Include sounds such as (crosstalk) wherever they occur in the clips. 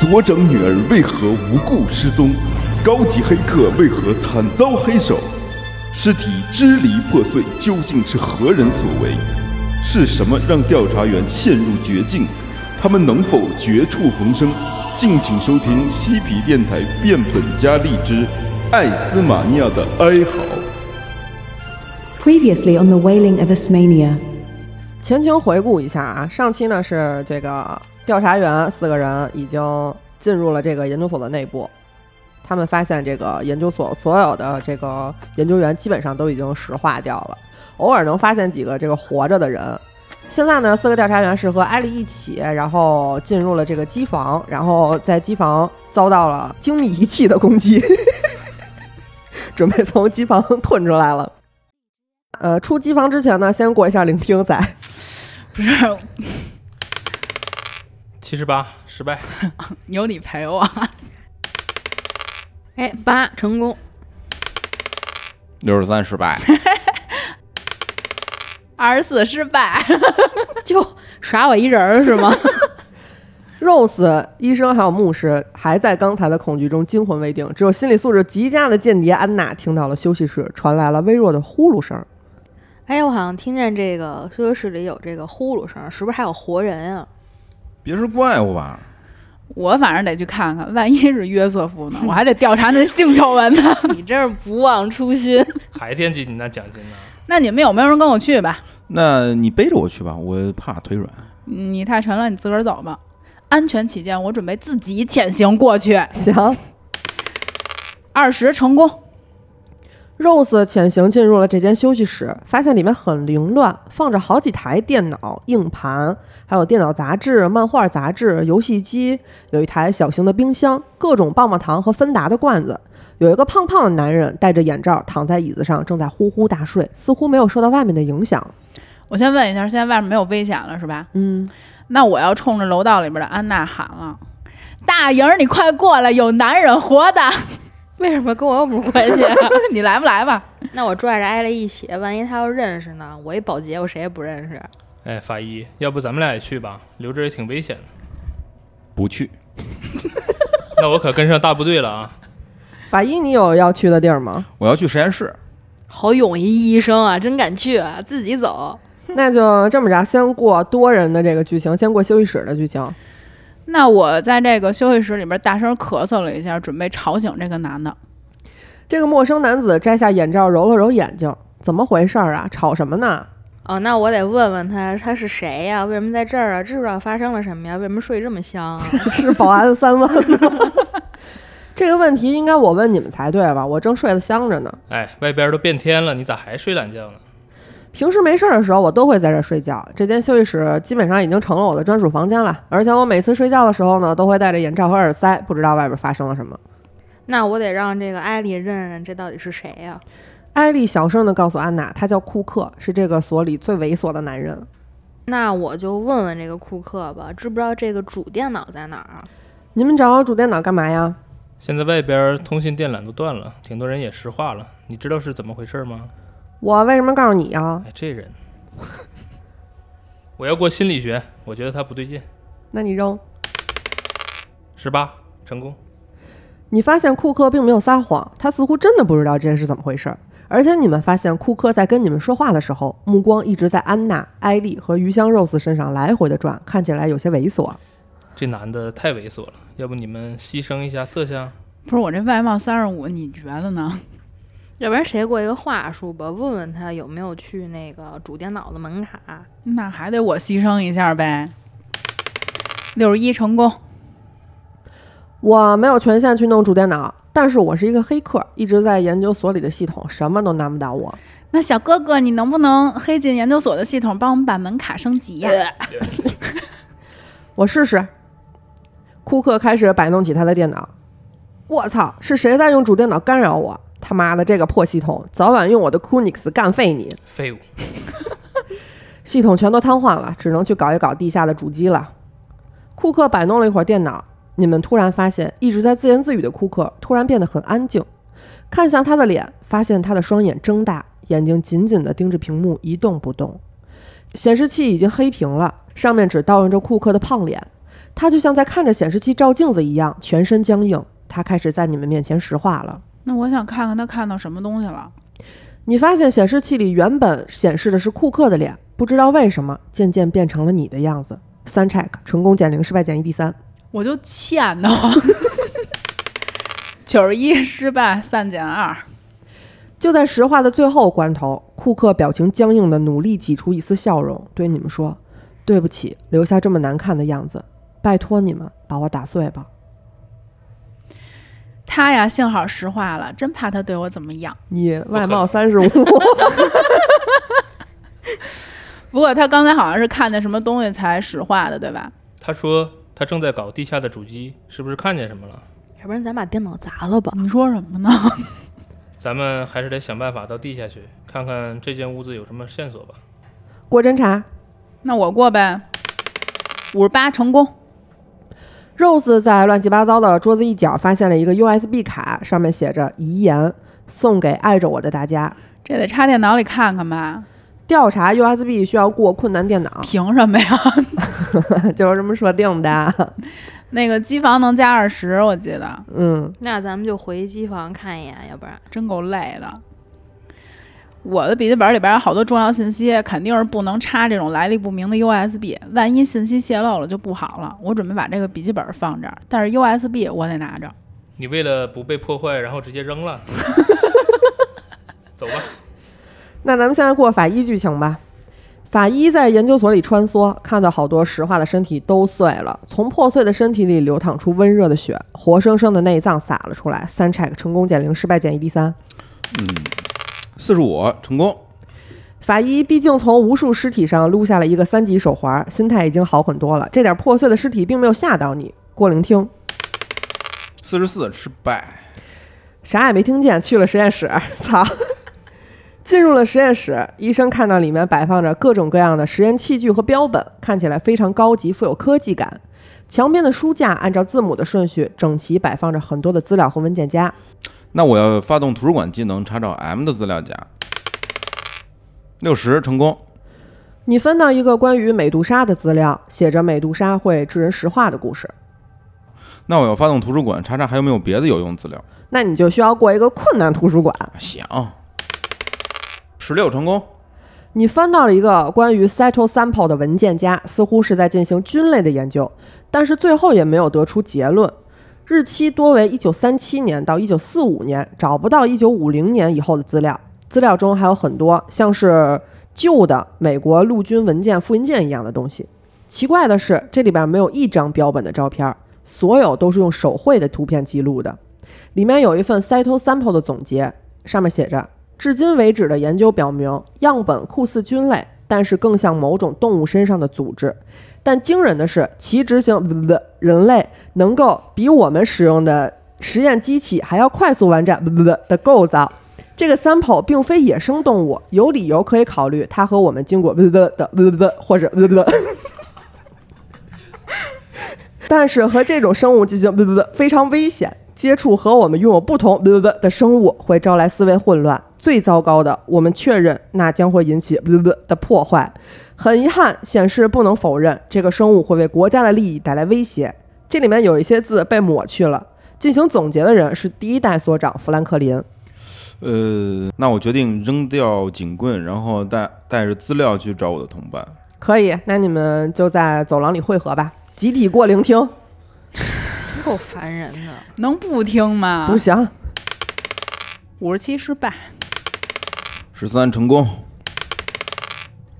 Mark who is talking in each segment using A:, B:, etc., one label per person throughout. A: 所长女儿为何无故失踪？高级黑客为何惨遭黑手？尸体支离破碎，究竟是何人所为？是什么让调查员陷入绝境？他们能否绝处逢生？敬请收听嬉皮电台变本加厉之《艾斯玛尼亚的哀嚎》。
B: Previously on the Wailing of Ismania.
C: 前情回顾一下啊，上期呢是这个调查员四个人已经进入了这个研究所的内部，他们发现这个研究所所有的这个研究员基本上都已经石化掉了，偶尔能发现几个这个活着的人。现在呢，四个调查员是和艾丽一起，然后进入了这个机房，然后在机房遭到了精密仪器的攻击， (laughs) 准备从机房 (laughs) 吞出来了。呃，出机房之前呢，先过一下聆听仔。
D: 不是
E: 七十八失败，
D: 有你陪我，
F: 哎，八成功，
G: 六十三失败，
D: 二十四失败，
F: (laughs) 就耍我一人儿是吗？
C: Rose 医生还有牧师还在刚才的恐惧中惊魂未定，只有心理素质极佳的间谍安娜听到了休息室传来了微弱的呼噜声。
F: 哎，我好像听见这个休息室里有这个呼噜声，是不是还有活人啊？ (laughs)
G: 别是怪物吧？
D: (laughs) 我反正得去看看，万一是约瑟夫呢？我还得调查那性丑闻呢。
F: (laughs) 你真是不忘初心。
E: 还惦记你那奖金呢？
D: 那你们有没有人跟我去吧？
G: 那你背着我去吧，我怕腿软。
D: 你太沉了，你自个儿走吧。安全起见，我准备自己潜行过去。
C: 行
D: 二十成功，
C: (laughs) ，Rose 潜行进入了这间休息室，发现里面很凌乱，放着好几台电脑、硬盘，还有电脑杂志、漫画杂志、游戏机，有一台小型的冰箱，各种棒棒糖和芬达的罐子。有一个胖胖的男人戴着眼罩躺在椅子上，正在呼呼大睡，似乎没有受到外面的影响。
D: 我先问一下，现在外面没有危险了是吧？
C: 嗯，
D: 那我要冲着楼道里边的安娜喊了：“大莹儿，你快过来，有男人活
F: (laughs)
D: 的， (laughs)
F: 为什么跟我有什么关系、啊？
D: 你来不来吧？”
F: (laughs) 那我拽着艾丽一起，万一他要认识呢？我一保洁，我谁也不认识。
E: 哎，法医，要不咱们俩也去吧？留着也挺危险的。
G: 不去，
E: 那我可跟上大部队了啊！
C: 法医，你有要去的地儿吗？
G: 我要去实验室。
F: 好勇一医生啊，真敢去啊，自己走。
C: 那就这么着，先过多人的这个剧情，先过休息室的剧情。
D: 那我在这个休息室里边大声咳嗽了一下，准备吵醒这个男的。
C: 这个陌生男子摘下眼罩，揉了揉眼睛，怎么回事儿啊？吵什么呢？ (laughs)
F: 哦，那我得问问他，他是谁呀、为什么在这儿啊？知不知道发生了什么呀？为什么睡这么香啊？ (laughs)
C: 是保安三万吗？ (laughs) 这个问题应该我问你们才对吧？我正睡得香着呢。
E: 哎，外边都变天了，你咋还睡懒觉呢？
C: 平时没事儿的时候，我都会在这儿睡觉。这间休息室基本上已经成了我的专属房间了，而且我每次睡觉的时候呢，都会戴着眼罩和耳塞，不知道外边发生了什么。
F: 那我得让这个艾丽认认这到底是谁呀、
C: 艾丽小声地告诉安娜，他叫库克，是这个所里最猥琐的男人。
F: 那我就问问这个库克吧，知不知道这个主电脑在哪儿啊？
C: 你们找主电脑干嘛呀？
E: 现在外边通信电缆都断了，挺多人也石化了。你知道是怎么回事吗？
C: 我为什么告诉你啊？
E: 哎，这人， (laughs) 我要过心理学，我觉得他不对劲。
C: 那你扔。
E: 十八成功，
C: 你发现库克并没有撒谎，他似乎真的不知道这是怎么回事儿。而且你们发现库克在跟你们说话的时候，目光一直在安娜、艾丽和鱼香 Rose 身上来回的转，看起来有些猥琐。
E: 这男的太猥琐了，要不你们牺牲一下色相？
D: 不是我这外貌三十五，你觉得呢？ (laughs)
F: 要不然谁给我一个话术吧，问问他有没有去那个主电脑的门卡。
D: 那还得我牺牲一下呗。六十一成功，
C: 我没有权限去弄主电脑，但是我是一个黑客，一直在研究所里的系统，什么都难不倒我。
D: 那小哥哥，你能不能黑进研究所的系统，帮我们把门卡升级呀、
C: 我试试。库克开始摆弄起他的电脑。我操，是谁在用主电脑干扰我？他妈的，这个破系统，早晚用我的 Kunix 干废你！
E: 废物！
C: 系统全都瘫痪了，只能去搞一搞地下的主机了。库克摆弄了一会儿电脑，你们突然发现一直在自言自语的库克突然变得很安静，看向他的脸，发现他的双眼睁大，眼睛紧紧地盯着屏幕一动不动。显示器已经黑屏了，上面只倒映着库克的胖脸。他就像在看着显示器照镜子一样，全身僵硬。他开始在你们面前石化了。
D: 那我想看看他看到什么东西了。
C: 你发现显示器里原本显示的是库克的脸，不知道为什么渐渐变成了你的样子。三 check，成功减零，失败减一，第三。
D: 我就欠的慌。九十一失败，三减二。
C: 就在石化的最后关头，库克表情僵硬的努力挤出一丝笑容，对你们说：“对不起，留下这么难看的样子，拜托你们把我打碎吧。
D: 他呀，幸好石化了，真怕他对我怎么样。”
C: 你外貌三 (laughs) 十五，
D: 不过他刚才好像是看见什么东西才石化的，对吧？
E: 他说他正在搞地下的主机，是不是看见什么了？
F: 要不然咱把电脑砸了吧？
D: 你说什么呢？ (laughs)
E: 咱们还是得想办法到地下去看看这间屋子有什么线索吧。
C: 过侦查，
D: 那我过呗，五十八成功。
C: Rose 在乱七八糟的桌子一角发现了一个 USB 卡，上面写着遗言，送给爱着我的大家。
D: 这得插电脑里看看吧？
C: 调查 USB 需要过困难电脑，
D: 凭什么呀？ (laughs)
C: 就是这么设定的。
D: 那个机房能加二十，我记得，
C: 嗯，
F: 那咱们就回机房看一眼，要不然
D: 真够累的。我的笔记本里边有好多重要信息，肯定是不能插这种来历不明的 USB，万一信息泄露了就不好了。我准备把这个笔记本放这儿，但是 USB 我得拿着。
E: 你为了不被破坏，然后直接扔 (laughs) 了，走吧。
C: 那咱们现在过法医剧情吧。法医在研究所里穿梭，看到好多石化的身体都碎了，从破碎的身体里流淌出温热的血，活生生的内脏洒了出来。三 check 成功减零，失败减一，第三。
G: 四十五成功，
C: 法医毕竟从无数尸体上撸下了一个三级手环，心态已经好很多了。这点破碎的尸体并没有吓到你。过聆听，
G: 四十四失败，
C: 啥也没听见，去了实验室。 (laughs) 操！进入了实验室，医生看到里面摆放着各种各样的实验器具和标本，看起来非常高级，富有科技感。墙边的书架按照字母的顺序整齐摆放着很多的资料和文件夹。
G: 那我要发动图书馆技能查找 M 的资料夹，六十成功，
C: 你翻到一个关于美杜莎的资料，写着美杜莎会致人石化的故事。
G: 那我要发动图书馆查查还有没有别的有用资料。
C: 那你就需要过一个困难图书馆。
G: 想，十六成功，
C: 你翻到了一个关于 cyto sample 的文件夹，似乎是在进行菌类的研究，但是最后也没有得出结论。日期多为一九三七年到一九四五年，找不到一九五零年以后的资料。资料中还有很多像是旧的美国陆军文件复印件一样的东西。奇怪的是，这里边没有一张标本的照片儿，所有都是用手绘的图片记录的。里面有一份 cyto sample 的总结，上面写着：至今为止的研究表明，样本酷似菌类，但是更像某种动物身上的组织。但惊人的是，其执行不不不，人类能够比我们使用的实验机器还要快速完善不不不的构造。这个 sample 并非野生动物，有理由可以考虑它和我们经过不不不的不不不或者不不不。但是和这种生物进行不不不非常危险，接触和我们拥有不同不不不的生物会招来思维混乱。最糟糕的，我们确认那将会引起不不不的破坏。很遗憾，显示不能否认这个生物会为国家的利益带来威胁。这里面有一些字被抹去了。进行总结的人是第一代所长富兰克林。
G: 呃，那我决定扔掉警棍，然后带带着资料去找我的同伴。
C: 可以，那你们就在走廊里汇合吧，集体过聆听。
F: 真够烦人的。
D: 能不听吗？
C: 不行，
D: 五十七失败，
G: 十三成功，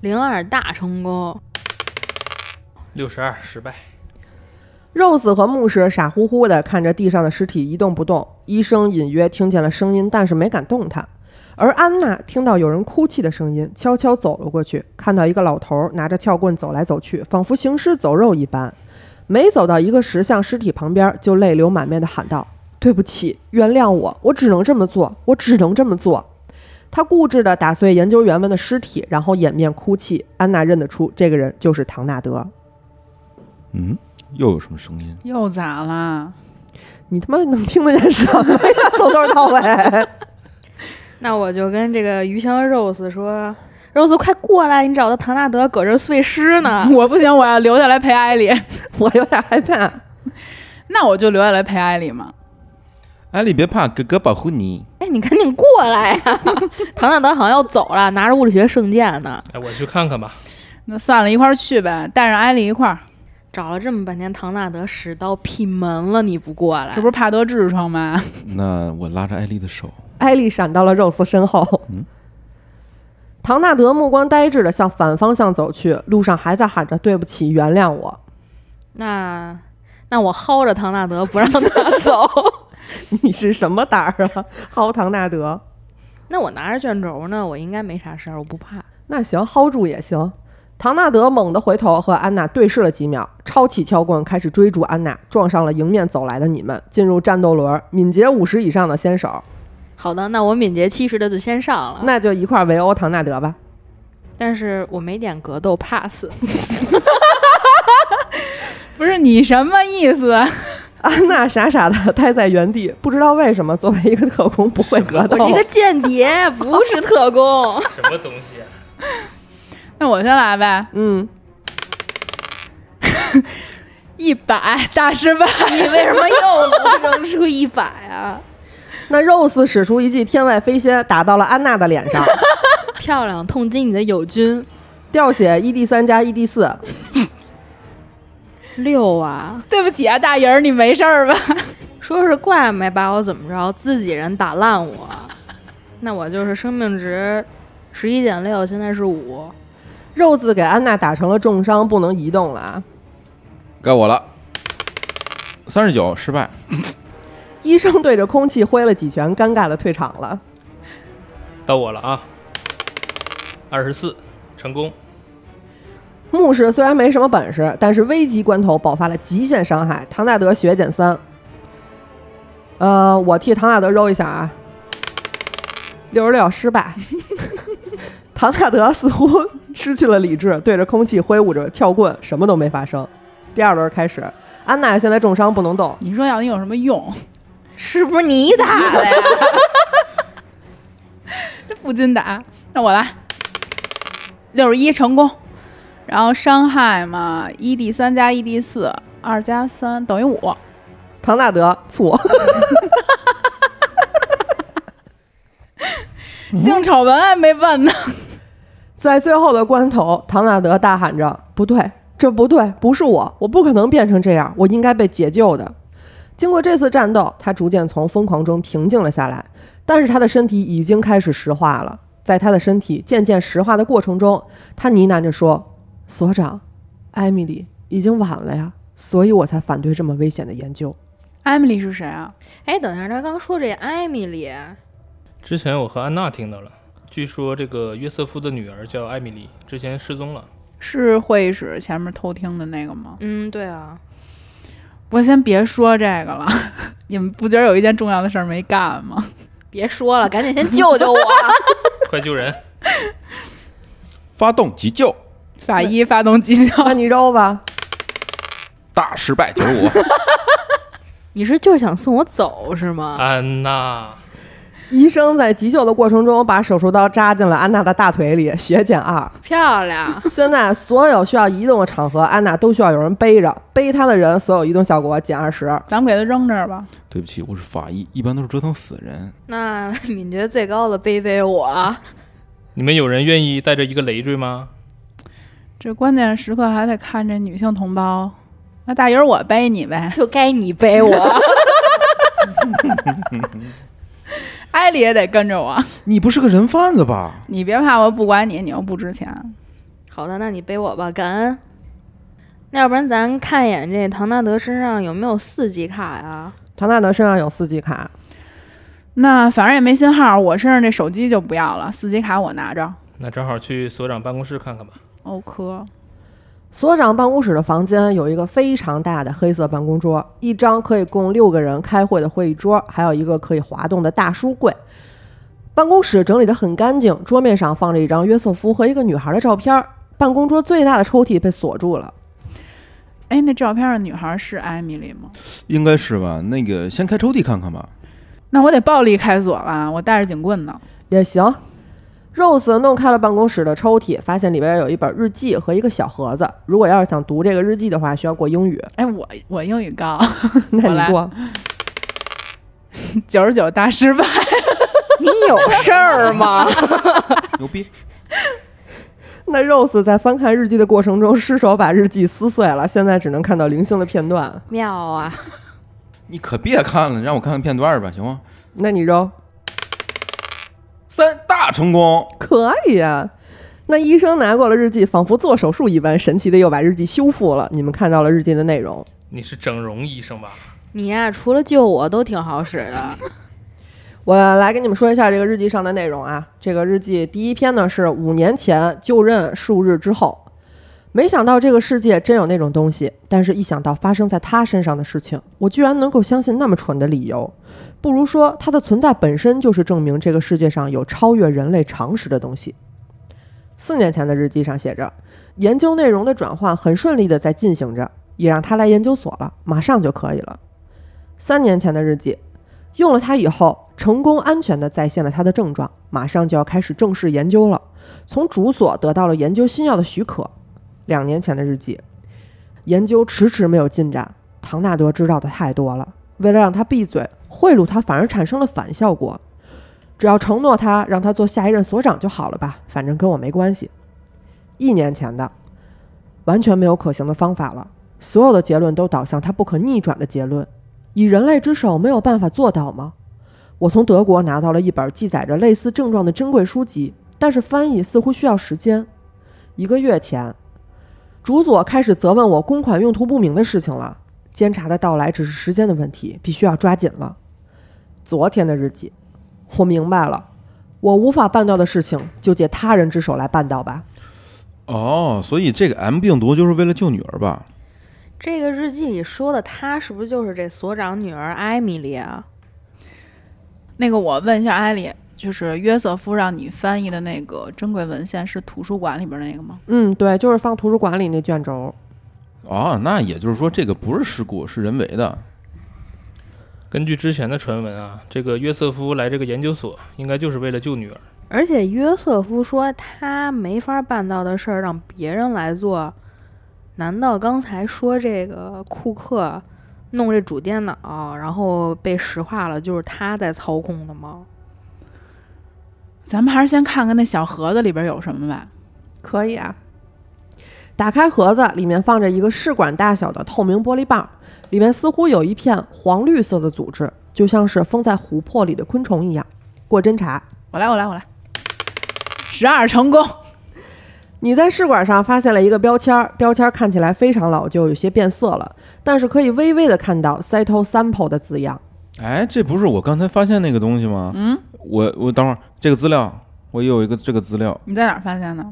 F: 零二大成功，
E: 六十二失败，
C: Rose 和牧师傻乎乎地看着地上的尸体一动不动，医生隐约听见了声音，但是没敢动弹。而安娜听到有人哭泣的声音，悄悄走了过去，看到一个老头儿拿着撬棍走来走去，仿佛行尸走肉一般。每走到一个石像尸体旁边，就泪流满面地喊道：“对不起，原谅我，我只能这么做，我只能这么做。”他固执地打碎研究员们的尸体，然后掩面哭泣。安娜认得出这个人就是唐纳德。
G: 嗯，又有什么声音？
D: 又咋了？
C: 你他妈能听得见什么呀？从头到尾。
F: 那我就跟这个鱼香 Rose 说柔子快过来，你找到唐纳德搁这儿碎尸呢。
D: 我不行，我要留下来陪艾莉。
C: 啊 (laughs) 我有点害怕。
D: (laughs) 那我就留下来陪艾莉嘛。
G: 艾丽别怕，哥哥保护你。
F: 哎，你赶紧过来呀、 (laughs) 唐纳德好像要走了，拿着物理学圣剑呢。
E: 哎，我去看看吧。
D: 那算了，一块儿去呗，带上艾莉一块儿。
F: 找了这么半天，唐纳德使刀劈门了，你不过来
C: 哎
D: 这，不是怕得痔疮吗？ (laughs)
G: 那我拉着艾丽的手，
C: (laughs) 艾丽闪到了肉丝身后。
G: 嗯
C: 唐纳德目光呆滞的向反方向走去，路上还在喊着“对不起，原谅我
F: 那那我薅着唐纳德不让他 (laughs) 走，”。
C: (laughs) 你是什么胆儿啊， (laughs) 薅唐纳德？
F: 那我拿着卷轴呢，我应该没啥事儿，我不怕。
C: 那行，薅住也行。唐纳德猛地回头，和安娜对视了几秒，抄起撬棍开始追逐安娜，撞上了迎面走来的你们，进入战斗轮，敏捷五十以上的先手，
F: 好的，那我敏捷七十的就先上了，
C: 那就一块儿围殴唐纳德吧。
F: 但是我没点格斗 pass，
D: 不是你什么意思？ (laughs)
C: (laughs) 安娜傻傻的待在原地，不知道为什么作为一个特工不会格
F: 我
C: 斗
F: 是一。个间谍，不是特工。
E: 什么东西、啊？
D: 那我先来呗，
C: 嗯，
D: 一百大失败。
F: 你为什么又能扔出一百啊？
C: 那 Rose 使出一记天外飞蝎，打到了安娜的脸 (laughs) 上，
F: 漂亮，痛击你的友军
C: 掉血一 d 三加一 d 四。
F: 六啊！
D: (laughs) 对不起啊，大姨儿，你没事儿吧？ (laughs)
F: 说是怪没把我怎么着，自己人打烂我，那我就是生命值十一点六，现在是五。
C: Rose 给安娜打成了重伤，不能移动了啊。
G: 该我了。三十九失败，
C: 医生对着空气挥了几拳，尴尬的退场了。
E: 到我了啊！二十四，成功。
C: 牧师虽然没什么本事，但是危急关头爆发了极限伤害，唐纳德血减三。呃，我替唐纳德揉一下啊，六十六失败。唐纳德似乎失去了理智，对着空气挥舞着跳棍，什么都没发生。第二轮开始，安娜现在重伤不能动，
D: 你说要你有什么用？
F: 是不是你打的呀？
D: 这不禁打，那我来，六十一成功。然后伤害嘛，一 d 三加一 d 四，二加三等于五。
C: 唐纳德错，嗯
D: 性丑闻还没问呢，
C: 在最后的关头，唐纳德大喊着：“不对，这不对，不是我，我不可能变成这样，我应该被解救的。”经过这次战斗，他逐渐从疯狂中平静了下来，但是他的身体已经开始石化了。在他的身体渐渐石化的过程中，他呢喃着说：“所长，艾米丽已经晚了呀，所以我才反对这么危险的研究。
D: 艾米丽是谁啊？
F: 哎，等一下，他刚说这艾米丽，
E: 之前我和安娜听到了，据说这个约瑟夫的女儿叫艾米丽，之前失踪了。
D: 是会议室前面偷听的那个吗？
F: 嗯，对啊，
D: 我先别说这个了， (laughs) 你们不觉得有一件重要的事儿没干吗？
F: 别说了，赶紧先救救我。
E: 快救 (laughs) 人！
G: 发动急救，
D: 法医发动急救，
C: 那啊你揉吧，
G: 大失败九十五。
F: 你是就是想送我走是吗？
E: 安娜，
C: 医生在急救的过程中把手术刀扎进了安娜的大腿里，血减二。
F: 啊漂 (laughs) 亮，
C: 现在所有需要移动的场合，安娜都需要有人背着，背她的人所有移动效果减二十。
D: (laughs) 咱们给他扔这儿吧。
G: (laughs) 对不起，我是法医，一般都是折腾死人。
F: 那 (laughs) 敏捷最高的背背我啊，
E: 你们有人愿意带着一个累赘吗？
D: 这关键时刻还得看这女性同胞。那大姨儿，我背你呗。(laughs)
F: (laughs) 就该你背我。
D: 艾丽也得跟着我。
G: 你不是个人贩子吧？
D: 你别怕，我不管你，你又不值钱。
F: (laughs) 好的，那你背我吧，感恩。那要不然咱看一眼这唐纳德身上有没有四级卡 (laughs) 呀？
C: 唐纳德身上有四级卡，
D: 那反正也没信号，我身上这手机就不要了，四级卡我拿着。
E: 那正好去所长办公室看看吧。
D: 欧科，
C: 所长办公室的房间有一个非常大的黑色办公桌，一张可以供六个人开会的会议桌，还有一个可以滑动的大书柜。办公室整理得很干净，桌面上放着一张约瑟夫和一个女孩的照片儿。办公桌最大的抽屉被锁住了。
D: 哎，那照片的女孩是艾米丽吗？
G: 应该是吧。那个先 (laughs) 开抽屉看看吧。
D: 那我得暴力开锁了，我带着警棍呢。
C: 也行。 Rose 弄开了办公室的抽屉，发现里边有一本日记和一个小盒子。如果要是想读这个日记的话，需要过英语。 (laughs)
D: 哎，我我英语高，
C: 那
D: 我来
C: 你过，
D: 九十九大失败。
F: 你有事儿 (laughs) 吗？
G: 牛逼！
C: 那 Rose 在翻看日记的过程中，失手把日记撕碎了，现在只能看到零星的片段。
F: 妙啊！
G: 你可别看了，你让我看看片段儿吧，行吗？
C: 那你揉
G: 三大成功，
C: 可以啊。那医生拿过了日记，仿佛做手术一般，神奇的又把日记修复了。你们看到了日记的内容。
E: 你是整容医生吧？
F: 你呀、除了救我都挺好使的。
C: 我来跟你们说一下这个日记上的内容啊。这个日记第一篇呢是五年前就任数日之后，没想到这个世界真有那种东西，但是一想到发生在他身上的事情，我居然能够相信那么蠢的理由。不如说它的存在本身就是证明这个世界上有超越人类常识的东西。四年前的日记上写着，研究内容的转换很顺利的在进行着，也让他来研究所了，马上就可以了。三年前的日记，用了它以后，成功安全地再现了它的症状，马上就要开始正式研究了。从主所得到了研究新药的许可。两年前的日记，研究迟迟没有进展。唐纳德知道的太多了，为了让他闭嘴，贿赂他反而产生了反效果。只要承诺他让他做下一任所长就好了吧，反正跟我没关系。一年前的，完全没有可行的方法了，所有的结论都导向他不可逆转的结论。以人类之手没有办法做到吗？我从德国拿到了一本记载着类似症状的珍贵书籍，但是翻译似乎需要时间。一个月前，主佐开始责问我公款用途不明的事情了。监察的到来只是时间的问题，必须要抓紧了。昨天的日记，我明白了，我无法办到的事情，就借他人之手来办到吧。
G: 哦，所以这个 M 病毒就是为了救女儿吧？
F: 这个日记里说的她是不是就是这所长女儿艾米丽啊？
D: 那个，我问一下艾丽，就是约瑟夫让你翻译的那个珍贵文献是图书馆里边那个吗？
C: 嗯，对，就是放图书馆里那卷轴。
G: 哦，那也就是说这个不是事故，是人为的。
E: 根据之前的传闻啊，这个约瑟夫来这个研究所应该就是为了救女儿。
F: 而且约瑟夫说他没法办到的事儿让别人来做，难道刚才说这个库克弄这主电脑，然后被石化了，就是他在操控的吗？
D: 咱们还是先看看那小盒子里边有什么吧。
C: 可以啊。打开盒子，里面放着一个试管大小的透明玻璃棒，里面似乎有一片黄绿色的组织，就像是封在琥珀里的昆虫一样。过侦查，
D: 我来，我来，我来，十二成功。
C: 你在试管上发现了一个标签儿，标签儿看起来非常老旧，有些变色了，但是可以微微的看到 “cyto sample” 的字样。
G: 哎，这不是我刚才发现那个东西吗？嗯，我我等会儿这个资料，我有一个这个资料，
D: 你在哪儿发现的？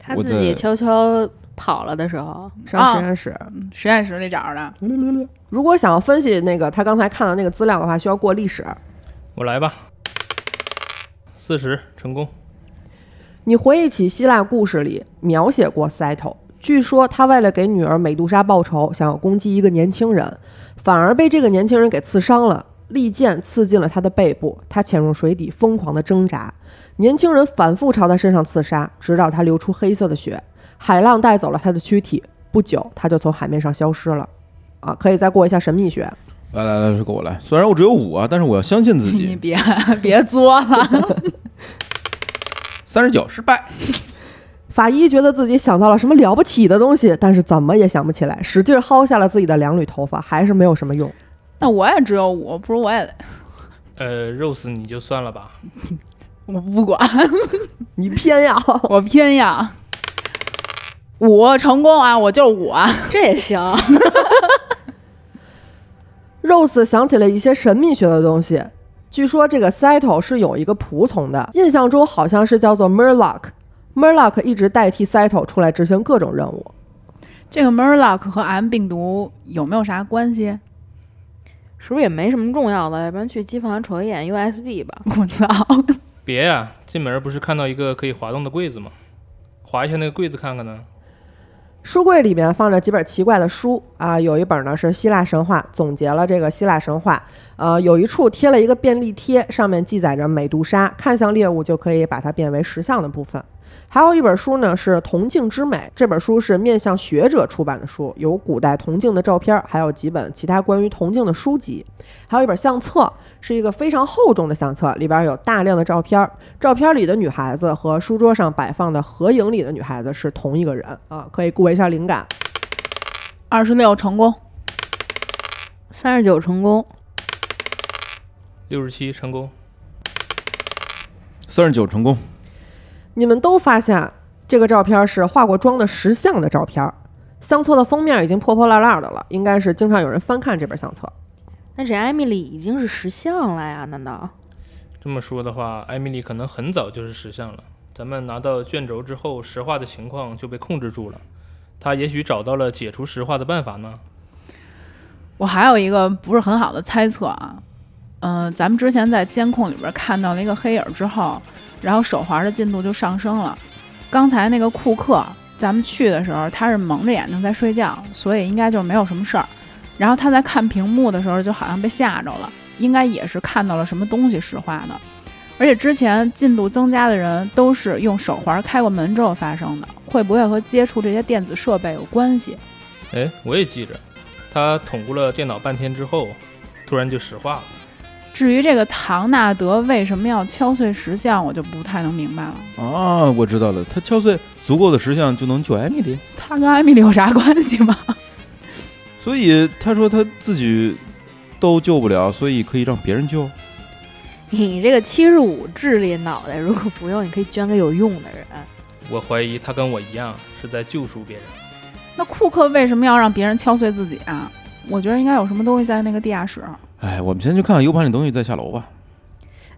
F: 他
G: 我
F: 自己
G: 在
F: 悄悄跑了的时候，
C: 上实验室，
D: 实验室里找着的。
C: 如果想要分析那个他刚才看到那个资料的话，需要过历史。
E: 我来吧，四十成功。
C: 你回忆起希腊故事里描写过塞头，据说他为了给女儿美杜莎报仇，想要攻击一个年轻人，反而被这个年轻人给刺伤了，利剑刺进了他的背部，他潜入水底，疯狂的挣扎。年轻人反复朝他身上刺杀，直到他流出黑色的血。海浪带走了他的躯体，不久他就从海面上消失了。啊，可以再过一下神秘学。
G: 来来来，这个我来。虽然我只有五啊，但是我要相信自
D: (laughs) 你
G: 己。
D: 别别作了，
G: 三十九失败，
C: 法医觉得自己想到了什么了不起的东西，但是怎么也想不起来，使劲薅下了自己的两缕头发，还是没有什么用。
D: 那我也只有五，不如我也
E: 呃，Rose 你就算了吧，
D: 我不管，
C: 你偏要 (laughs)
D: 我偏要五成功啊！我就是五啊！
F: 这也行。
C: Rose 想起了一些神秘学的东西，据说这个 Cyto 是有一个仆从的，印象中好像是叫做 Murloc。Murloc 一直代替 Cyto 出来执行各种任务。
D: 这个 Murloc 和 M 病毒有没有啥关系？
F: 是不是也没什么重要的？要不然去机房瞅一眼 USB 吧。
D: 我操！
E: 别呀、进门不是看到一个可以滑动的柜子吗？滑一下那个柜子看看呢。
C: 书柜里面放着几本奇怪的书啊，有一本呢是希腊神话，总结了这个希腊神话。呃，有一处贴了一个便利贴，上面记载着美杜莎，看向猎物就可以把它变为石像的部分。还有一本书呢是《铜镜之美》，这本书是面向学者出版的书，有古代铜镜的照片，还有几本其他关于铜镜的书籍，还有一本相册，是一个非常厚重的相册，里边有大量的照片，照片里的女孩子和书桌上摆放的合影里的女孩子是同一个人啊，可以顾一下灵感。
D: 二十六成功，
F: 三十九成功，
E: 六十七成功，
G: 三十九成功，
C: 你们都发现这个照片是化过妆的石像的照片，相册的封面已经破破烂烂的了，应该是经常有人翻看这本相册。
F: 那这艾米丽已经是石像了呀？难道？ (laughs)
E: 这么说的话，艾米丽可能很早就是石像了。咱们拿到卷轴之后，石化的情况就被控制住了。她也许找到了解除石化的办法呢。
D: 我还有一个不是很好的猜测啊，嗯、咱们之前在监控里边看到了一个黑影之后，然后手环的进度就上升了。刚才那个库克，咱们去的时候他是蒙着眼睛在睡觉，所以应该就是没有什么事儿。然后他在看屏幕的时候，就好像被吓着了，应该也是看到了什么东西石化的。而且之前进度增加的人都是用手环开过门之后发生的，会不会和接触这些电子设备有关系？
E: 哎，我也记着，她捅咕了电脑半天之后，突然就石化了。
D: 至于这个唐纳德为什么要敲碎石像，我就不太能明白了。
G: 啊，我知道了，他敲碎足够的石像就能救艾米丽，
D: 他跟艾米丽有啥关系吗？
G: 所以他说他自己都救不了，所以可以让别人救。
F: 你这个七十五智力脑袋，如果不用，你可以捐给有用的人。
E: 我怀疑她跟我一样是在救赎别人。
D: (laughs) 那库克为什么要让别人敲碎自己啊？我觉得应该有什么东西在那个地下室。啊
G: 哎，我们先去看看 U 盘里东西，再下楼吧。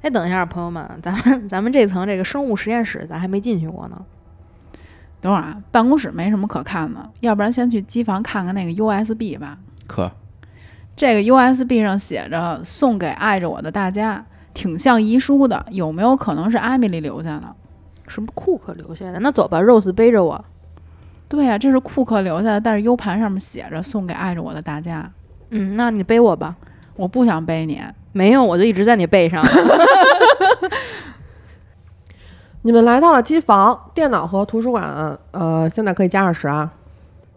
F: 哎，等一下，朋友们，咱们咱们这层这个生物实验室，咱还没进去过呢。
D: 等会儿啊，办公室没什么可看的，要不然先去机房看看那个 USB 吧。
G: 可
D: 这个 USB 上写着“送给爱着我的大家”，挺像遗书的，有没有可能是艾米丽留下的？
F: 什么库克留下的？那走吧，Rose 背着我。
D: 对呀、这是库克留下的，但是 U 盘上面写着“送给爱着我的大家
F: 嗯，那你背我吧。”，
D: 我不想背你。
F: 没用，我就一直在你背上。 (laughs)
C: 你们来到了机房、电脑和图书馆，呃，现在可以加二十啊。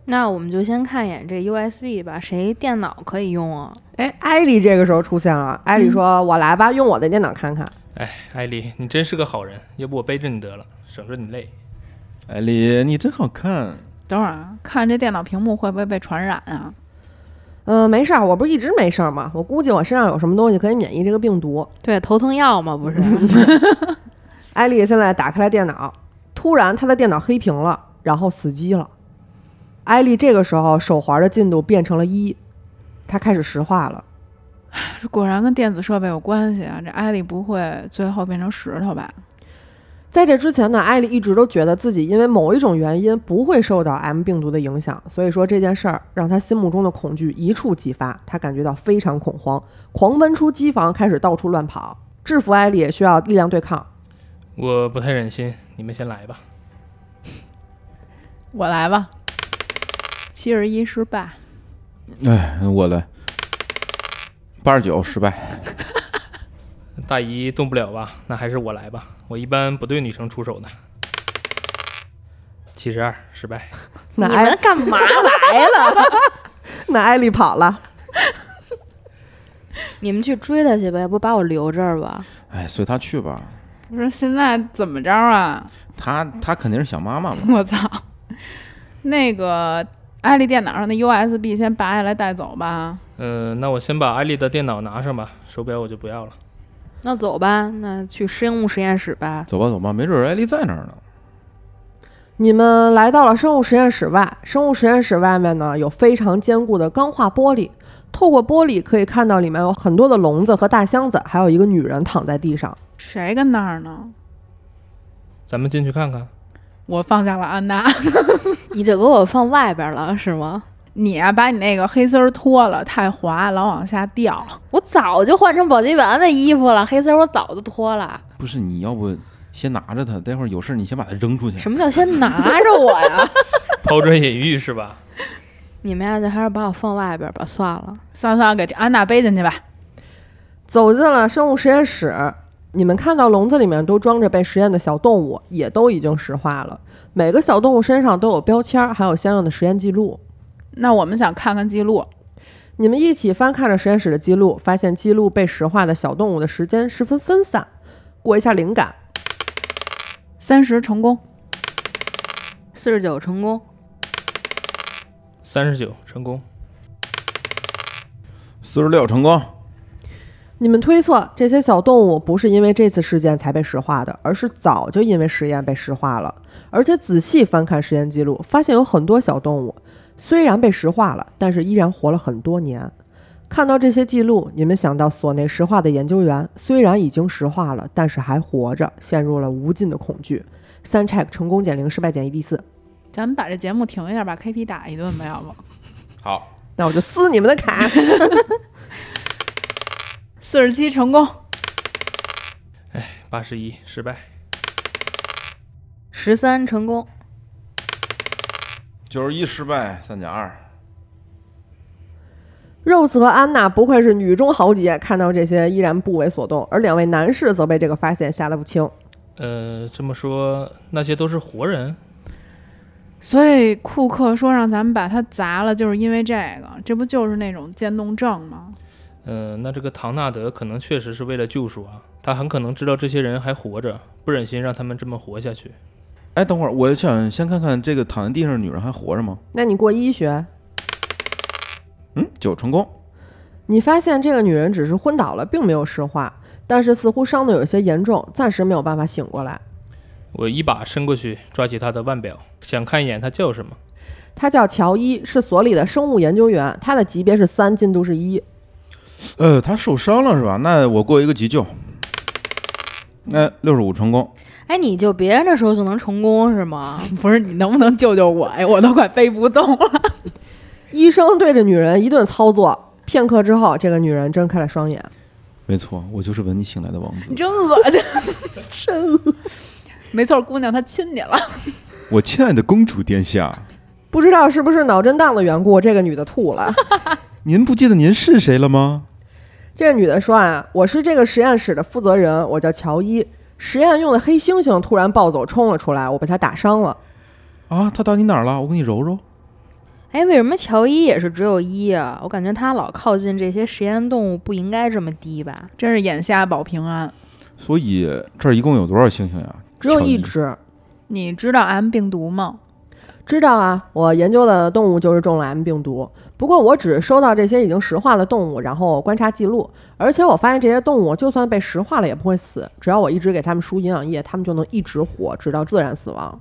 F: 那我们就先看一眼这 USB 吧，谁电脑可以用啊？
C: 哎，艾莉这个时候出现了，艾莉说：“我来吧，用我的电脑看看。
E: 哎，艾丽，你真是个好人，要不我背着你得了，省着你累。
G: 艾丽，你真好看。
D: 等会儿啊，看这电脑屏幕会不会被传染啊？ (laughs)
C: 嗯，没事儿，我不是一直没事儿吗？我估计我身上有什么东西可以免疫这个病毒。
F: 对，头疼药嘛，不是？
C: 艾莉现在打开了电脑，突然她的电脑黑屏了，然后死机了。艾莉这个时候手环的进度变成了一，她开始石化了。
D: 这果然跟电子设备有关系啊！这艾丽不会最后变成石头吧？
C: 在这之前呢，艾莉一直都觉得自己因为某一种原因不会受到 M 病毒的影响，所以说这件事儿让她心目中的恐惧一触即发，她感觉到非常恐慌，狂奔出机房，开始到处乱跑。制服艾莉也需要力量对抗，
E: 我不太忍心，你们先来吧。
D: 我来吧，七十一失败，
G: 嗯我来，八十九失败。
E: 大姨动不了吧？那还是我来吧。我一般不对女生出手的。七十二失败，
C: 那
F: 你
C: 艾
F: 们干嘛来了？ (laughs)
C: 那艾莉跑了。
F: 你们去追他去吧，要不把我留这儿吧？
G: 哎，随他去吧，
D: 不是现在怎么着啊？
G: 他他肯定是想妈妈嘛。
D: 我操！那个艾丽电脑上的 USB 先拔下来带走吧。
E: 嗯、那我先把艾丽的电脑拿上吧，手表我就不要了。
F: 那走吧，那去生物实验室吧。
G: 走吧走吧，没准儿艾丽在那儿呢。
C: 你们来到了生物实验室外，生物实验室外面呢有非常坚固的钢化玻璃，透过玻璃可以看到里面有很多的笼子和大箱子，还有一个女人躺在地上。
D: 谁跟那儿呢？
E: 咱们进去看看。
D: 我放下了安娜，
F: 你就给我放外边了是吗？
D: 你啊，把你那个黑丝儿脱了，太滑，老往下掉。
F: 我早就换成保洁员的衣服了，黑丝儿我早就脱了。
G: 不是，你要不先拿着它，待会儿有事儿你先把它扔出去。
F: 什么叫先拿着我呀？
E: 抛砖引玉是吧？
F: 你们呀，就还是把我放外边吧，算了。
D: 算了算了，给这安娜背进去吧。
C: 走进了生物实验室，你们看到笼子里面都装着被实验的小动物，也都已经石化了。每个小动物身上都有标签儿，还有相应的实验记录。
D: 那我们想看看记录，
C: 你们一起翻看着实验室的记录，发现记录被石化的小动物的时间十分分散。过一下灵感，
D: 三十成功，
F: 四十九成功，
E: 三十九成功，
G: 四十六成功，
C: 你们推测这些小动物不是因为这次事件才被石化的，而是早就因为实验被石化了。而且仔细翻看实验记录，发现有很多小动物虽然被石化了，但是依然活了很多年。看到这些记录，你们想到所内石化的研究员虽然已经石化了，但是还活着，陷入了无尽的恐惧。三 check 成功减零，失败减一，第四。
D: 咱们把这节目停一下，把 KP 打一顿吧，要不
G: 好，
C: 那我就撕你们的 (laughs) 卡。
D: 四十七成功，
E: 八十一失败，
F: 十三成功，
G: 九十一失败，三减二，
C: Rose 和安娜不愧是女中豪杰，看到这些依然不为所动，而两位男士则被这个发现吓得不轻。
E: 呃，这么说那些都是活人，
D: 所以库克说让咱们把它砸了，就是因为这个，这不就是那种渐冻症吗？
E: 呃，那这个唐纳德可能确实是为了救赎啊，他很可能知道这些人还活着，不忍心让他们这么活下去。
G: 哎，等会儿我想先看看这个躺在地上的女人还活着吗？
C: 那你过医学，
G: 嗯，九成功，
C: 你发现这个女人只是昏倒了，并没有石化，但是似乎伤得有些严重，暂时没有办法醒过来。
E: 我一把伸过去，抓起他的腕表，想看一眼他叫什么。
C: 她叫乔伊，是所里的生物研究员，她的级别是三，进度是一。
G: 呃，她受伤了是吧？那我过一个急救，那六十五成功，
F: 哎，你就别人的时候就能成功是吗？
D: 不是你能不能救救我呀？我都快背不动了。
C: 医生对着女人一顿操作，片刻之后，这个女人睁开了双眼。
G: 没错，我就是闻你醒来的王子
D: (laughs) 你，真恶心，真恶。没错，姑娘，她亲你了。
G: 我亲爱的公主殿下，
C: 不知道是不是脑震荡的缘故，这个女的吐了。 (laughs)
G: 您不记得您是谁了吗？
C: 这个女的说啊，我是这个实验室的负责人，我叫乔伊。实验用的黑猩猩突然暴走冲了出来，我被它打伤了。
G: 啊，她到你哪儿了？我给你揉揉。
F: (laughs) 哎，为什么乔伊也是只有一啊？我感觉他老靠近这些实验动物，不应该这么低吧？
D: 真是眼瞎保平安。
G: 所以这儿一共有多少星星呀？
C: 只有
G: 乔
C: 一只，
D: 你知道 M 病毒吗？
C: 知道啊，我研究的动物就是中了 M 病毒。不过我只收到这些已经石化的动物，然后观察记录。而且我发现这些动物就算被石化了也不会死，只要我一直给它们输营养液，它们就能一直活，直到自然死亡。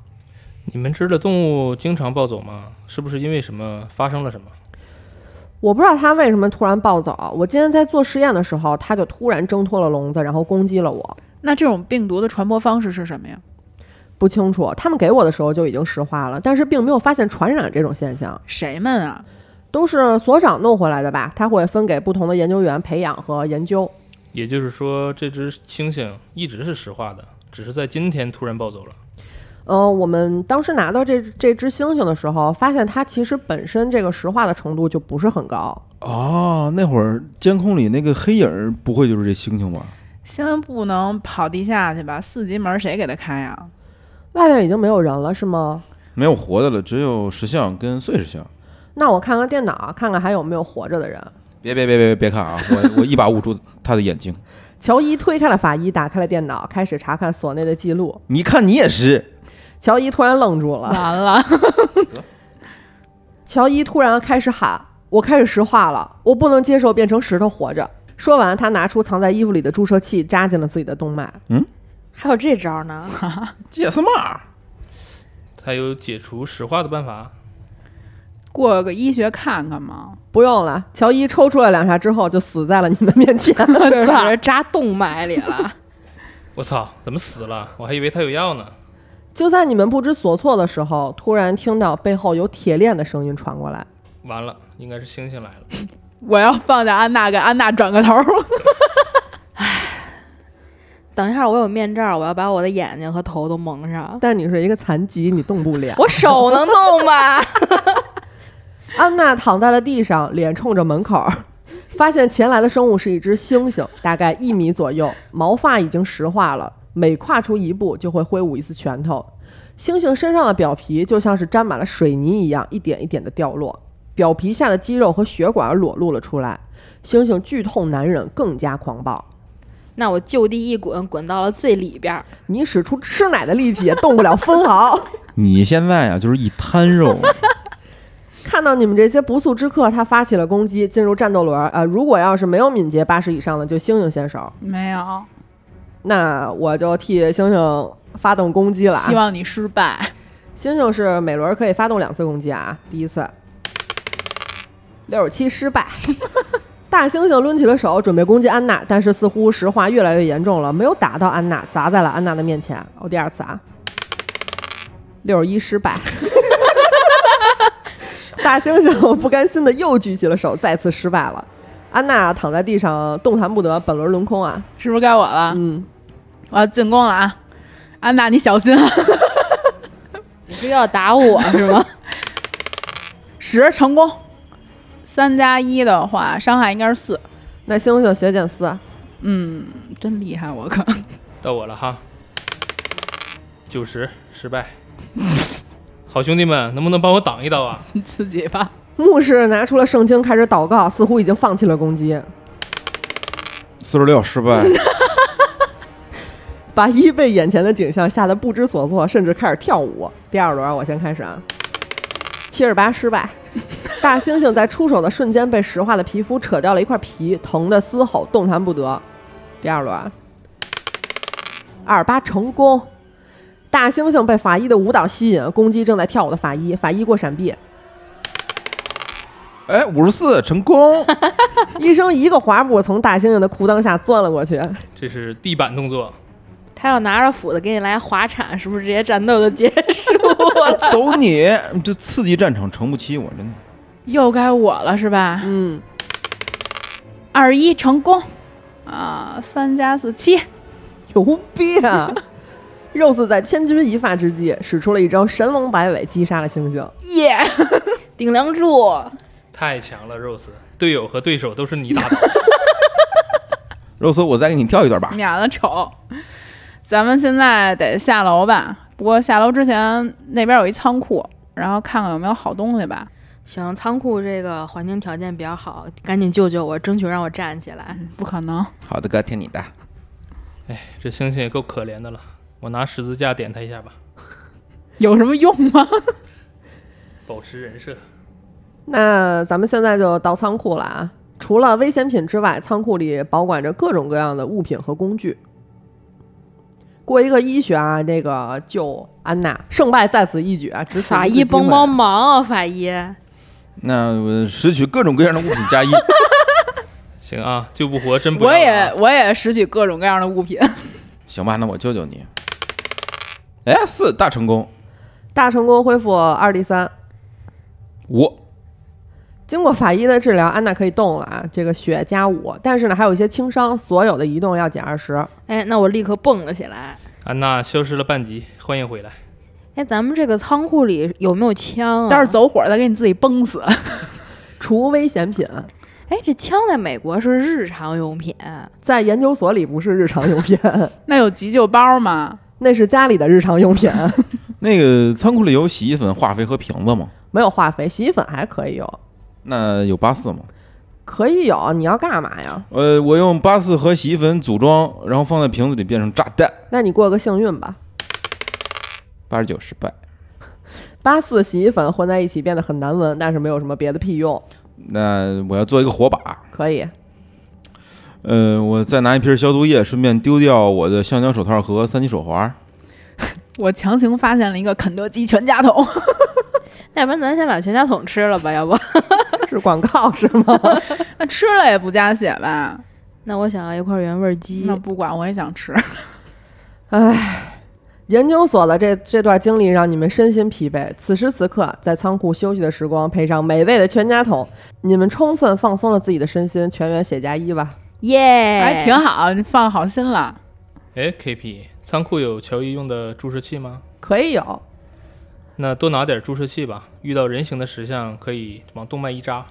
E: 你们知道动物经常暴走吗？是不是因为什么发生了什么？
C: 我不知道它为什么突然暴走。我今天在做实验的时候，它就突然挣脱了笼子，然后攻击了我。
D: 那这种病毒的传播方式是什么呀？
C: 不清楚，他们给我的时候就已经石化了，但是并没有发现传染这种现象，
D: 谁们啊？
C: 都是所长弄回来的吧？他会分给不同的研究员培养和研究。
E: 也就是说，这只猩猩一直是石化的，只是在今天突然暴走了。
C: 呃，我们当时拿到这这只猩猩的时候，发现它其实本身这个石化的程度就不是很高。
G: 哦，那会儿监控里那个黑影儿不会就是这星星吧？
D: 先不能跑地下去吧？四级门谁给他开啊？
C: 外面已经没有人了，是吗？
G: 没有活的了，只有石像跟碎石像。
C: 那我看看电脑，看看还有没有活着的人。
G: 别别别别别看啊！我我一把捂住他的眼睛。
C: 乔伊推开了法医，打开了电脑，开始查看所内的记录。
G: 你看你也是，
C: 乔伊突然愣住了，
D: 完了，
C: 乔伊突然开始喊：“我开始石化了，我不能接受变成石头活着。”说完，他拿出藏在衣服里的注射器，扎进了自己的动脉。
F: 还有这招 (laughs) 呢？
G: 这也是嘛？
E: 它有解除石化的办法，
D: 过个医学看看嘛。
C: 不用了，乔伊抽搐了两下之后，就死在了你们面前。
F: (laughs) 确实扎动脉里了。
E: 我操，怎么死了？我还以为它有药呢。
C: 就在你们不知所措的时候，突然听到背后有铁链的声音传过来。
E: 完了，应该是猩猩来了。
D: 我要放在安娜，给安娜转个头。
F: (laughs) 等一下，我有面罩，我要 (laughs) 把我的眼睛和头都蒙上。
C: 但你是一个残疾，你动不了。
F: 我手能动吗？
C: 娜躺在了地上，脸冲着门口儿，发现前来的生物是一只猩猩，大概一米左右，毛发已经石化了，每跨出一步就会挥舞一次拳头。猩猩身上的表皮就像是沾满了水泥一样，一点一点的掉落，表皮下的肌肉和血管裸露了出来。猩猩剧痛难忍，更加狂暴。
F: (laughs) 那我就地一滚，滚到了最里边儿。
C: 你使出吃奶的力气也动不了分毫。
G: 你现在啊，就是一滩肉，
C: 看到你们这些不速之客，他发起了攻击，进入战斗轮儿。呃，如果要是没有敏捷八十以上的，就猩猩先手。
D: 没有，
C: 那我就替猩猩发动攻击了啊。
D: (laughs) 希望你失败。
C: 猩猩是每轮可以发动两次攻击啊，第一次六十七失败。 (laughs) 大猩猩抡起了手，准备攻击安娜，但是似乎石化越来越严重了，没有打到安娜，砸在了安娜的面前。哦，第二次啊，六十一失败。 (laughs) 大猩猩不甘心的又举起了手，再次失败了。安娜躺在地上动弹不得，本轮轮空啊。
D: 是不是该我了？
C: 嗯，
D: 我要进攻了啊！安娜，你小心啊！
F: 你是要打 (laughs) 我是吗？
D: (laughs) 十成功，三加一的话，伤害应该是四。
C: 那猩猩血减四，
D: 嗯，真厉害，我 (laughs) 靠！
E: 到我了哈，九十失败。好兄弟们，能不能帮我挡一刀啊？
D: 自己吧。
C: 牧师拿出了圣经开始祷告，似乎已经放弃了攻击。
G: (laughs) 四十六失败，
C: 法医被眼前的景象吓得不知所措，甚至开始跳舞。第二轮我先开始啊，七十八失败。大猩猩在出手的瞬间被石化的皮肤扯掉了一块皮，疼得嘶吼，动弹不得。第二轮，二十八成功。大猩猩被法医的舞蹈吸引，攻击正在跳舞的法医。法医过闪避，
G: 哎，五十四成功，
C: 医生一个滑步从大猩猩的裤裆下钻了过去。
E: 这是地板动作，
F: 他要拿着斧子给你来滑铲，是不是直接战斗就结束了？
G: 走你！这刺激战场承不起我，真的。
D: 又该我了是吧？
C: 嗯，
D: 二十一成功，啊，三加四七，
C: 牛逼啊 (laughs) ！Rose 在千钧一发之际，使出了一招神龙摆尾，击杀了猩猩。
D: 耶、
F: (laughs) 顶梁柱，
E: 太强了，Rose，队友和对手都是你打
D: (laughs)
E: 的。
G: 肉丝，我再给你跳一段吧。
D: 免了丑。咱们现在得下楼吧，不过下楼之前那边有一仓库，然后看看有没有好东西吧。
F: 行，仓库这个环境条件比较好，赶紧救救我，争取让我站起来。
D: 不可能，
G: 好的哥，听你的。
E: 哎，这猩猩也够可怜的了，我拿十字架点他一下吧，
D: 有什么用吗？
E: 保持人设。
C: 那咱们现在就到仓库了啊！除了危险品之外，仓库里保管着各种各样的物品和工具。过一个医学啊，这个救安娜，胜败在此一举啊！只此
F: 法
C: 一
F: 医
C: 次机会
F: 帮帮忙啊，法医！
G: 那我拾取各种各样的物品加一，
E: 行啊，救不活真不要
D: 我
E: 了啊
D: 也我也拾取各种各样的物品，
G: 行吧？那我救救你。哎，四大成功，
C: 大成功恢复二 d 三。
G: 五
C: 经过法医的治疗，安娜可以动了啊！这个血加五，但是呢，还有一些轻伤，所有的移动要减二十。
F: 哎，那我立刻蹦了起来。
E: 安娜啊消失了半级，欢迎回来。
F: 哎，咱们这个仓库里有没有枪
D: (laughs)
F: 啊？
D: 但是走火再给你自己崩死。
C: 除危险品，啊
F: 哎，这枪在美国是日常用品，
C: 在研究所里不是日常用 (laughs) 品，
D: (laughs) 那有急救包吗？
C: 那是家里的日常用品，
G: 那个仓库里有洗衣粉、化肥和瓶子吗？
C: (laughs) 没有化肥，洗衣粉还可以有，
G: 那有八四吗？
C: 可以有。你要干嘛呀？
G: 呃，我用八四和洗衣粉组装，然后放在瓶子里变成炸弹。
C: 那你过个幸运吧。
G: 八十九失败。
C: 八四洗衣粉混在一起变得很难闻，但是没有什么别的屁用。
G: 那我要做一个火把，
C: 可以，
G: 呃，我再拿一瓶消毒液，顺便丢掉我的橡胶手套和三级手环。
D: 我强行发现了一个肯德基全家桶，
F: 那要不然咱先把全家桶吃了吧？要不？ (laughs)
C: 是广告是 (laughs) 吗？
D: (laughs) 那吃了也不加血吧？
F: 那我想要一块原味鸡
D: 那。不管，我也想吃。
C: 研究所的这这段经历让你们身心疲惫。此时此刻，在仓库休息的时光，配上美味的全家桶，你们充分放松了自己的身心。全员写加一吧。
F: 耶、
D: 哎，挺好，你放好心了。
E: 哎，KP，仓库有乔伊用的注射器吗？
C: 可以有，
E: 那多拿点注射器吧，遇到人形的石像可以往动脉一扎。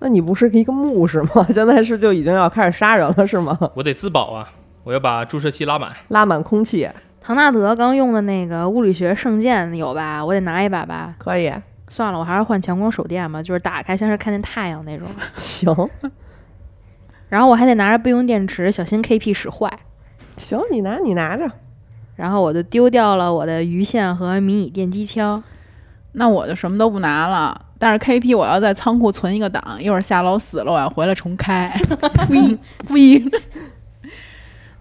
C: 那你不是一个牧师吗？ (laughs) 现在是就已经要开始杀人了是
D: (laughs)
C: 吗？
E: 我得自保啊，我要把注射器拉满。
C: 拉满空气
F: 唐纳德刚用的那个物理学圣剑有吧？我得拿一把吧。
C: 可以，
F: 算了，我还是换强光手电吧，就是打开像是看见太阳那种。
C: 行
F: 然后我还得拿着备用电池，小心 KP 使坏。
C: 行，你拿你拿着，
F: 然后我就丢掉了我的鱼线和迷你电击枪。
D: 那我就什么都不拿了。但是 KP 我要在仓库存一个档，一会儿下楼死了，我要回来重开。呸呸。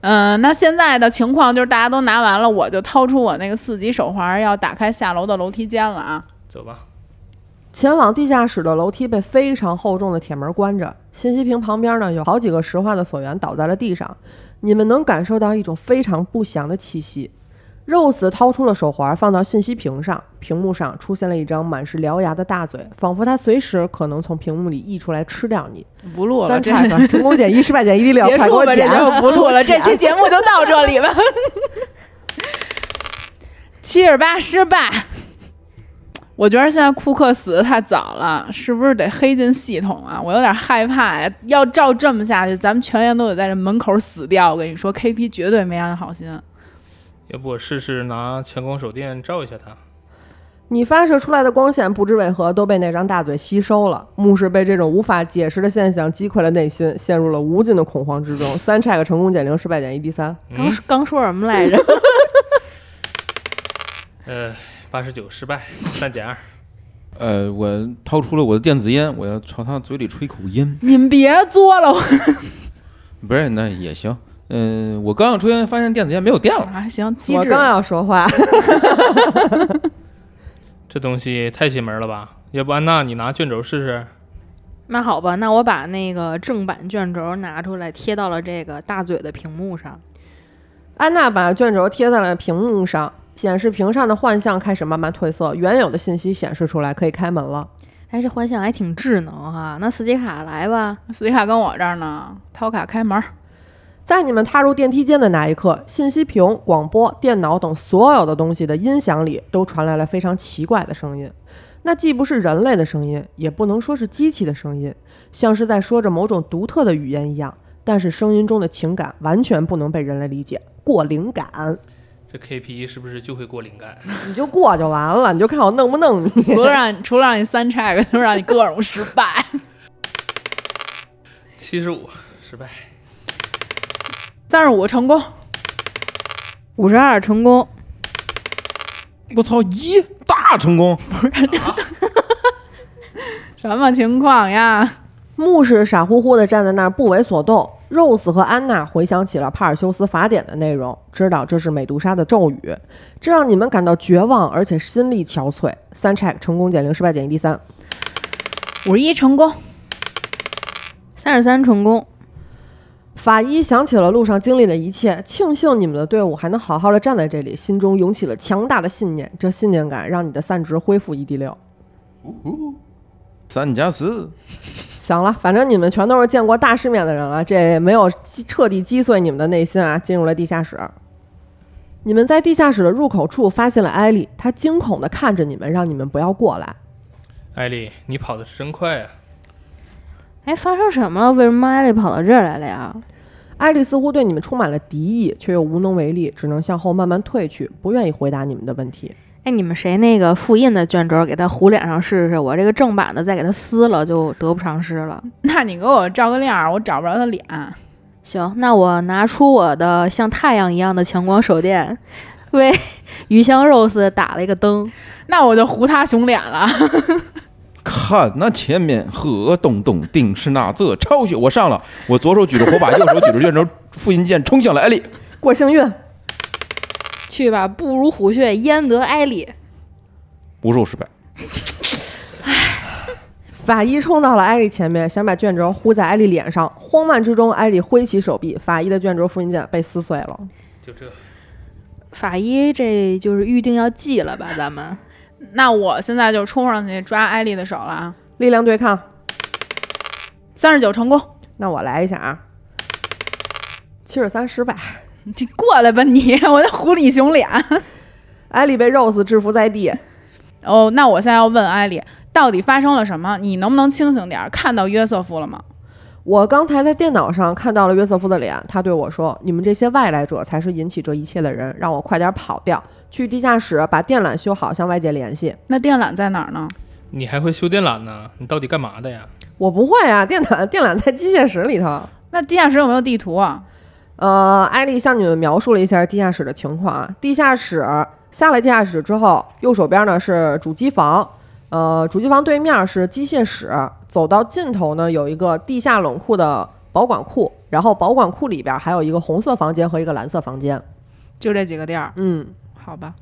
D: 嗯，那现在的情况就是大家都拿完了，我就掏出我那个四级手环，要打开下楼的楼梯间了啊。
E: 走吧，
C: 前往地下室的楼梯被非常厚重的铁门关着，信息屏旁边呢有好几个石化的锁源倒在了地上，你们能感受到一种非常不祥的气息。Rose 掏出了手环，放到信息屏上，屏幕上出现了一张满是獠牙的大嘴，仿佛它随时可能从屏幕里溢出来吃掉你。
D: 不录了，
C: 三
D: 这 (laughs)
C: 叉转成功减一，失败减一，力量
D: 结
C: 快给
D: 束
C: (laughs) 我
D: 吧，这
C: 减。
D: 就不录了。这期节目就到这里吧。 (laughs) 七十八失败，我觉得现在库克死的太早了，是不是得黑进系统啊？我有点害怕呀。要照这么下去，咱们全员都得在这门口死掉。我跟你说，KP 绝对没安好心。
E: 要不我试试拿强光手电照一下他？
C: 你发射出来的光线不知为何都被那张大嘴吸收了。牧师被这种无法解释的现象击溃了内心，陷入了无尽的恐慌之中。三 check 成功减零，失败减一，第三。
F: 刚
E: 嗯，
F: 说刚说什么来着？ (laughs)
E: 呃，八十九失败，三减二。
G: 呃，我掏出了我的电子烟，我要朝他嘴里吹口烟，
D: 你们别作了，我 (laughs)
G: 不是那也行。嗯、我刚要抽烟，发现电子烟没有电了。
D: 啊行，机
C: 我
D: 智。
C: 刚要说话，
E: (laughs) 这东西太邪门了吧？要不安娜，你拿卷轴试试？
F: 那好吧，那我把那个正版卷轴拿出来贴到了这个大嘴的屏幕上。
C: 安娜把卷轴贴在了屏幕上，显示屏上的幻象开始慢慢褪色，原有的信息显示出来，可以开门了。
F: 哎，这幻象还挺智能哈。那斯杰卡来吧，
D: 斯蒂卡跟我这儿呢，掏卡开门。
C: 在你们踏入电梯间的那一刻，信息屏、广播、电脑等所有的东西的音响里都传来了非常奇怪的声音。那既不是人类的声音，也不能说是机器的声音，像是在说着某种独特的语言一样。但是声音中的情感完全不能被人类理解，过灵感，
E: 这 KP 是不是就会过灵感？
C: 你就过就完了，你就看我弄不弄你。
D: 除了让你 (laughs) 除了让你三 check，就是让你各种失败。 (laughs)
E: 七十五失败，
D: 三十五成功，
F: 五十二成功。
G: 我操，一大成功！
D: 什么情况呀？
C: 牧师傻乎乎地站在那儿不为所动。Rose 和安娜回想起了帕尔修斯法典的内容，知道这是美杜莎的咒语，这让你们感到绝望，而且心力憔悴。三 check 成功减零，失败减一，第三。
D: 五十一成功，
F: 三十三成功，
C: 法医想起了路上经历的一切，庆幸你们的队伍还能好好的站在这里，心中涌起了强大的信念。这信念感让你的散值恢复一 d 六。
G: 三加四，
C: 行了，反正你们全都是见过大世面的人了，这也没有击彻底击碎你们的内心啊！进入了地下室，你们在地下室的入口处发现了艾丽，她惊恐地看着你们，让你们不要过来。
E: 艾丽，你跑的是真快啊！
F: 哎，发生什么了？为什么艾丽跑到这儿来了呀？
C: 艾丽似乎对你们充满了敌意，却又无能为力，只能向后慢慢退去，不愿意回答你们的问题。
F: 哎，你们谁那个复印的卷轴给他糊脸上试试？我这个正版的再给他撕了，就得不偿失了。
D: (laughs) 那你给我照个亮儿，我找不着他脸。
F: 行，那我拿出我的像太阳一样的强光手电，为鱼香 Rose 打了一个灯。
D: 那我就糊他熊脸了。 (laughs)
G: 看那前面何洞洞定是那这超血，我上了，我左手举着火把，右手举着卷轴复印剑，冲向了艾丽。
C: 过幸运，
F: 去吧，不如虎穴焉得艾丽？
G: 无数失败，
C: 法医冲到了艾丽前面，想把卷轴呼在艾丽脸上。慌乱之中，艾丽挥起手臂，法医的卷轴复印件被撕碎了。
E: 就这，
F: 法医这就是预定要记了吧？咱们
D: 那我现在就冲上去抓艾丽的手了啊！
C: 力量对抗，
D: 三十九成功，
C: 那我来一下啊，七十三失败。
D: 你 (laughs) 过来吧你，我在糊你熊脸。
C: 艾丽被 Rose 制服在地，
D: 哦，那我现在要问艾莉，到底发生了什么？你能不能清醒点儿？看到约瑟夫了吗？
C: 我刚才在电脑上看到了约瑟夫的脸，他对我说：“你们这些外来者才是引起这一切的人，让我快点跑掉，去地下室把电缆修好，向外界联系。
D: 那电缆在哪儿呢？
E: 你还会修电缆呢？你到底干嘛的呀？”
C: 我不会啊，电缆电缆在机械室里头。
D: 那地下室有没有地图啊？
C: 呃，艾丽向你们描述了一下地下室的情况啊。地下室下了地下室之后，右手边呢是主机房，呃，主机房对面是机械室，走到尽头呢有一个地下冷库的保管库，然后保管库里边还有一个红色房间和一个蓝色房间。
D: 就这几个地儿，
C: 嗯，
D: 好吧？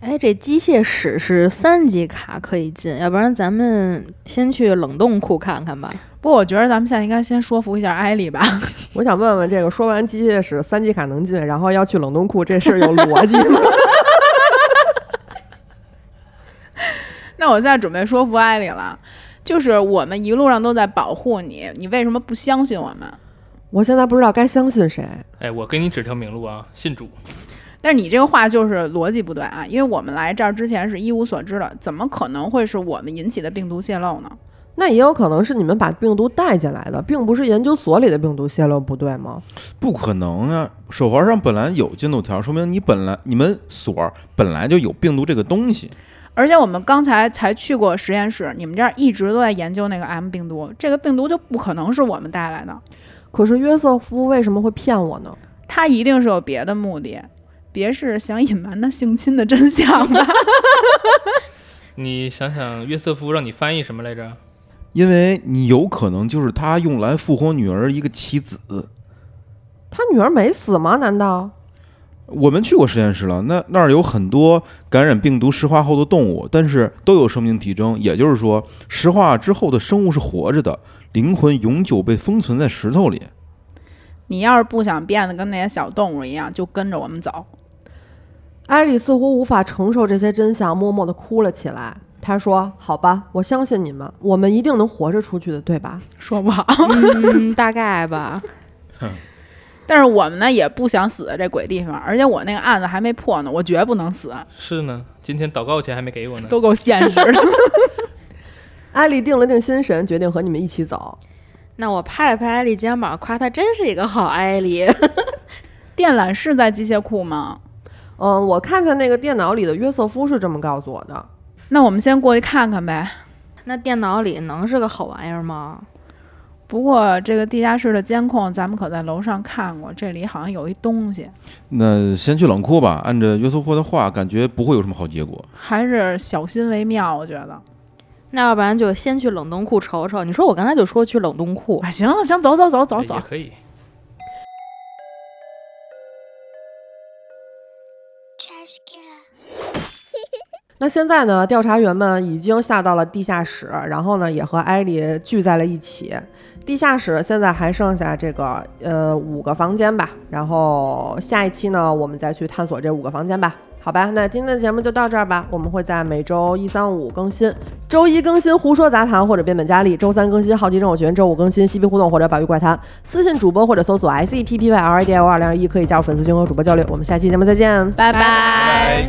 F: 哎，这机械室是三级卡可以进，要不然咱们先去冷冻库看看吧。 (laughs)
D: 不过我觉得咱们现在应该先说服一下艾莉吧。 (laughs)
C: 我想问问这个，说完机械室三级卡能进，然后要去冷冻库，这事儿有逻辑吗？ (laughs)
D: 那我现在准备说服艾莉了，就是我们一路上都在保护你，你为什么不相信我们？
C: 我现在不知道该相信谁。
E: 哎，我给你指条明路啊，信主。
D: 但是你这个话就是逻辑不对啊，因为我们来这儿之前是一无所知的，怎么可能会是我们引起的病毒泄露呢？
C: 那也有可能是你们把病毒带进来的，并不是研究所里的病毒泄露，不对吗？
G: 不可能啊！手环上本来有进度条，说明你本来你们所本来就有病毒这个东西。
D: 而且我们刚才才去过实验室，你们这儿一直都在研究那个 M 病毒，这个病毒就不可能是我们带来的，
C: 可是约瑟夫为什么会骗我呢？
D: 它一定是有别的目的，别是想隐瞒他性侵的真相吧？ (laughs)
E: 你想想，约瑟夫让你翻译什么来着？
G: 因为你有可能就是他用来复活女儿一个棋子。
C: 他女儿没死吗？难道？
G: 我们去过实验室了，那那儿有很多感染病毒石化后的动物，但是都有生命体征，也就是说，石化之后的生物是活着的，灵魂永久被封存在石头里。
D: 你要是不想变得跟那些小动物一样，就跟着我们走。
C: 艾莉似乎无法承受这些真相，默默地哭了起来。她说：“好吧，我相信你们，我们一定能活着出去的，对吧
D: 说不好，
F: 嗯，大概吧。
D: 但是我们呢也不想死在这鬼地方，而且我那个案子还没破呢，我绝不能死，
E: 是呢，今天祷告钱还没给我呢。
D: 都够现实的。？”
C: 艾莉定了定心神，决定和你们一起走。
F: 那我拍了拍艾丽肩膀，夸她真是一个好艾丽。
D: 电缆是在机械库吗？
C: 嗯，我看见那个电脑里的约瑟夫是这么告诉我的。
D: 那我们先过去看看呗。
F: (laughs) 那电脑里能是个好玩意儿吗？
D: 不过这个地下室的监控，咱们可在楼上看过，这里好像有一东西，
G: 那先去冷库吧，按着约瑟夫的话，感觉不会有什么好结果。
D: 还是小心为妙。我觉得，
F: 那要不然就先去冷冻库瞅瞅。你说我刚才就说去冷冻库，
D: 哎，行了，行，走走走走
E: 哎也
D: 走。
E: 可以。
H: Trash killer.
C: 那现在呢，调查员们已经下到了地下室，然后呢，也和艾莉聚在了一起。地下室现在还剩下这个呃五个房间吧，然后下一期呢，我们再去探索这五个房间吧。好吧，那今天的节目就到这儿吧。我们会在每周一、三、五更新，周一更新《胡说杂谈》或者《变本加厉》，周三更新《好奇症友群》，周五更新《嬉皮互动》或者《百玉怪谈》。私信主播或者搜索
E: 哎
C: S E P P Y R I D I O 二零二一，可以加入粉丝群和主播交流。我们下期节目再见。
D: 拜拜